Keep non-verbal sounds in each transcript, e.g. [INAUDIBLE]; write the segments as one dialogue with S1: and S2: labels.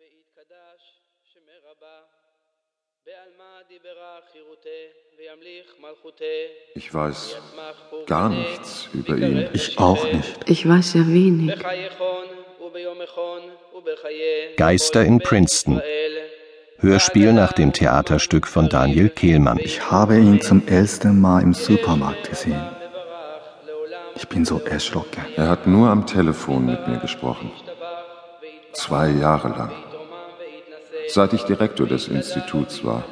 S1: קדש שמרבה, בעלמא דיברה חירותי, וימליך מלכותי.
S2: Ich weiß gar nichts über ihn. Ich auch nicht.
S3: Ich weiß sehr wenig.
S1: בחייכון וביומכון ובחיי
S4: Geister in Princeton.
S1: ישראל.
S4: Hörspiel nach dem Theaterstück von Daniel Kehlmann.
S2: Ich habe ihn zum ersten Mal im Supermarkt gesehen.
S1: לעולם
S2: Ich bin so erschrocken.
S5: Er hat nur am Telefon mit mir gesprochen. Zwei Jahre lang. Seit ich Direktor des Instituts war.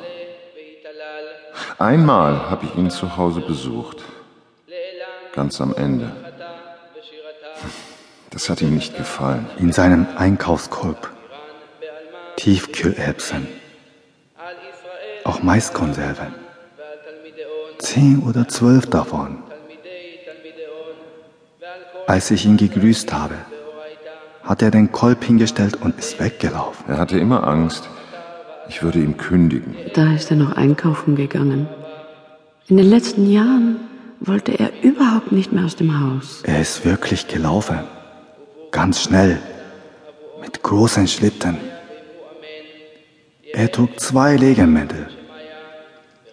S5: Einmal habe ich ihn zu Hause besucht. Ganz am Ende. Das hat ihm nicht gefallen.
S2: In seinem Einkaufskorb. Tiefkühlerbsen. Auch Maiskonserven. Zehn oder zwölf davon. Als ich ihn gegrüßt habe, hat er den Kolb hingestellt und ist weggelaufen.
S5: Er hatte immer Angst, ich würde ihm kündigen.
S3: Da ist er noch einkaufen gegangen. In den letzten Jahren wollte er überhaupt nicht mehr aus dem Haus.
S2: Er ist wirklich gelaufen. Ganz schnell. Mit großen Schritten. Er trug zwei Regenmäntel.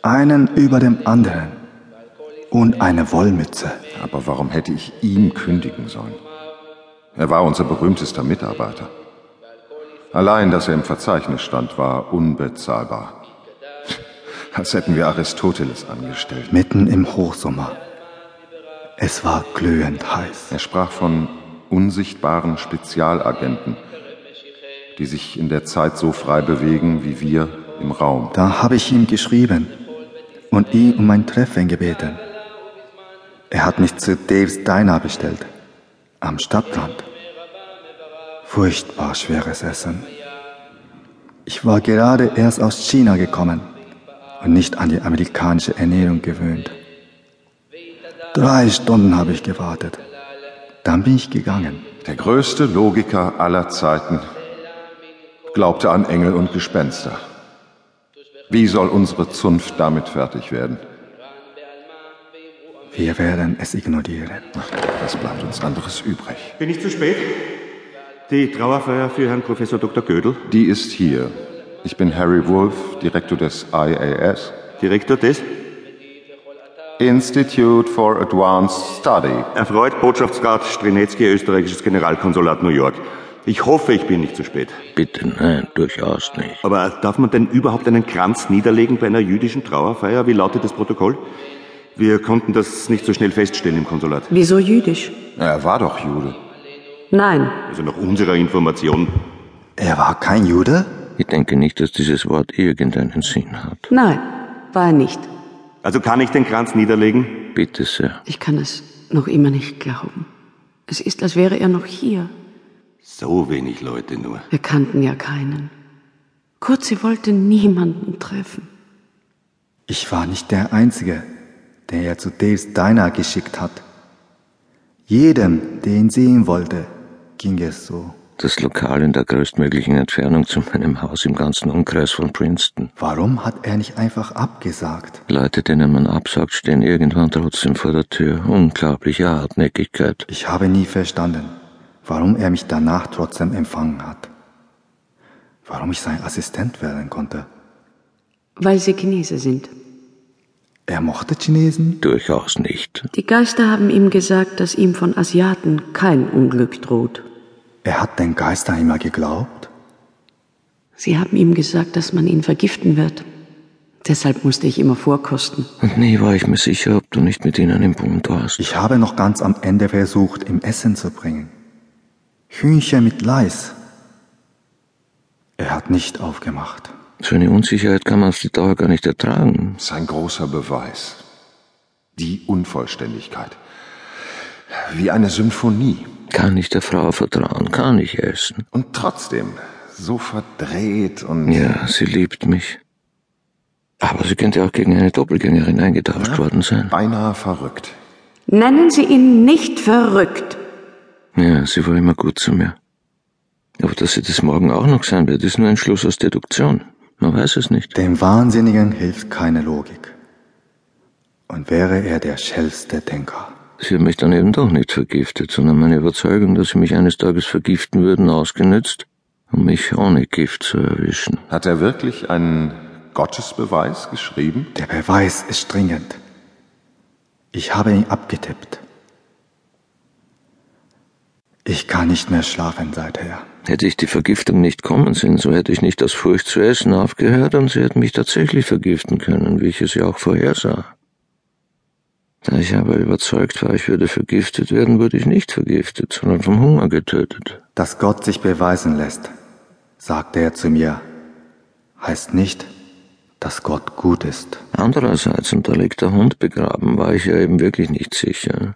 S2: Einen über dem anderen. Und eine Wollmütze.
S5: Aber warum hätte ich ihn kündigen sollen? Er war unser berühmtester Mitarbeiter. Allein, dass er im Verzeichnis stand, war unbezahlbar. [LAUGHS] Als hätten wir Aristoteles angestellt.
S2: Mitten im Hochsommer. Es war glühend heiß.
S5: Er sprach von unsichtbaren Spezialagenten, die sich in der Zeit so frei bewegen wie wir im Raum.
S2: Da habe ich ihm geschrieben und ihn um ein Treffen gebeten. Er hat mich zu Dave's Diner bestellt. Am Stadtrand. Furchtbar schweres Essen. Ich war gerade erst aus China gekommen und nicht an die amerikanische Ernährung gewöhnt. Drei Stunden habe ich gewartet. Dann bin ich gegangen.
S5: Der größte Logiker aller Zeiten glaubte an Engel und Gespenster. Wie soll unsere Zunft damit fertig werden?
S2: Wir werden es ignorieren.
S5: Was bleibt uns anderes übrig?
S6: Bin ich zu spät? Die Trauerfeier für Herrn Professor Dr. Gödel,
S5: Die ist hier. Ich bin Harry Wolf, Direktor des IAS,
S6: Direktor des
S5: Institute for Advanced Study.
S6: erfreut Botschaftsrat Strinetzky, österreichisches Generalkonsulat New York. Ich hoffe, ich bin nicht zu spät.
S7: Bitte, nein, durchaus nicht.
S6: Aber darf man denn überhaupt einen Kranz niederlegen bei einer jüdischen Trauerfeier? Wie lautet das Protokoll? Wir konnten das nicht so schnell feststellen im Konsulat.
S3: Wieso jüdisch?
S5: Er war doch Jude.
S3: Nein,
S6: Also nach unserer Information.
S2: Er war kein Jude?
S7: Ich denke nicht, dass dieses Wort irgendeinen Sinn hat.
S3: nein, war er nicht.
S6: Also kann ich den Kranz niederlegen?
S7: Bitte sehr.
S3: Ich kann es noch immer nicht glauben. Es ist, als wäre er noch hier.
S6: So wenig Leute nur.
S3: Wir kannten ja keinen. Kurz, sie wollte niemanden treffen.
S2: Ich war nicht der Einzige, der er zu Dave's Diner geschickt hat. Jedem, der ihn sehen wollte, ging es so.
S7: Das Lokal in der größtmöglichen Entfernung zu meinem Haus im ganzen Umkreis von Princeton.
S2: Warum hat er nicht einfach abgesagt?
S7: Leute, denen man absagt, stehen irgendwann trotzdem vor der Tür. Unglaubliche Hartnäckigkeit.
S2: Ich habe nie verstanden, warum er mich danach trotzdem empfangen hat. Warum ich sein Assistent werden konnte.
S3: Weil sie Chinesen sind.
S2: Er mochte Chinesen?
S7: Durchaus nicht.
S3: Die Geister haben ihm gesagt, dass ihm von Asiaten kein Unglück droht.
S2: Er hat den Geistern immer geglaubt?
S3: Sie haben ihm gesagt, dass man ihn vergiften wird. Deshalb musste ich immer vorkosten.
S7: Und nie war ich mir sicher, ob du nicht mit ihnen im Bund warst.
S2: Ich habe noch ganz am Ende versucht, ihm Essen zu bringen. Hühnchen mit Leis. Er hat nicht aufgemacht.
S7: So eine Unsicherheit kann man auf die Dauer gar nicht ertragen.
S5: Sein großer Beweis. Die Unvollständigkeit. Wie eine Symphonie.
S7: Kann ich der Frau vertrauen? Kann ich essen?
S5: Und trotzdem so verdreht und.
S7: Ja, sie liebt mich. Aber sie könnte auch gegen eine Doppelgängerin eingetauscht worden sein.
S5: Beinahe verrückt.
S3: Nennen Sie ihn nicht verrückt.
S7: Ja, sie war immer gut zu mir. Aber dass sie das morgen auch noch sein wird, ist nur ein Schluss aus Deduktion. Man weiß es nicht.
S2: Dem Wahnsinnigen hilft keine Logik. Und wäre er der schellste Denker.
S7: Sie hat mich dann eben doch nicht vergiftet, sondern meine Überzeugung, dass sie mich eines Tages vergiften würden, ausgenützt um mich ohne Gift zu erwischen.
S5: Hat er wirklich einen Gottesbeweis geschrieben?
S2: Der Beweis ist dringend. Ich habe ihn abgetippt. Ich kann nicht mehr schlafen seither.
S7: Hätte ich die Vergiftung nicht kommen sehen, so hätte ich nicht aus Furcht zu essen aufgehört und sie hätten mich tatsächlich vergiften können, wie ich es ja auch vorhersah. Da ich aber überzeugt war, ich würde vergiftet werden, wurde ich nicht vergiftet, sondern vom Hunger getötet.
S2: Dass Gott sich beweisen lässt, sagte er zu mir, heißt nicht, dass Gott gut ist.
S7: Andererseits, und da liegt der Hund begraben, war ich ja eben wirklich nicht sicher.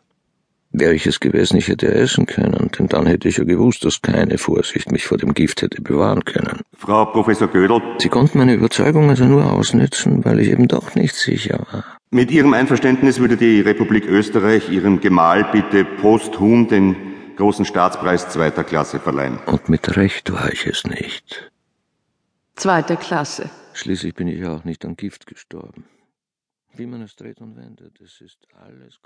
S7: Wäre ich es gewesen, ich hätte essen können, denn dann hätte ich ja gewusst, dass keine Vorsicht mich vor dem Gift hätte bewahren können.
S6: Frau Professor Gödel,
S7: Sie konnten meine Überzeugung also nur ausnützen, weil ich eben doch nicht sicher war.
S6: mit Ihrem Einverständnis würde die Republik Österreich Ihrem Gemahl bitte posthum den großen Staatspreis zweiter Klasse verleihen.
S7: Und mit Recht war ich es nicht.
S3: Zweite Klasse.
S7: Schließlich bin ich ja auch nicht an Gift gestorben. Wie man es dreht und wendet, es ist alles Gott.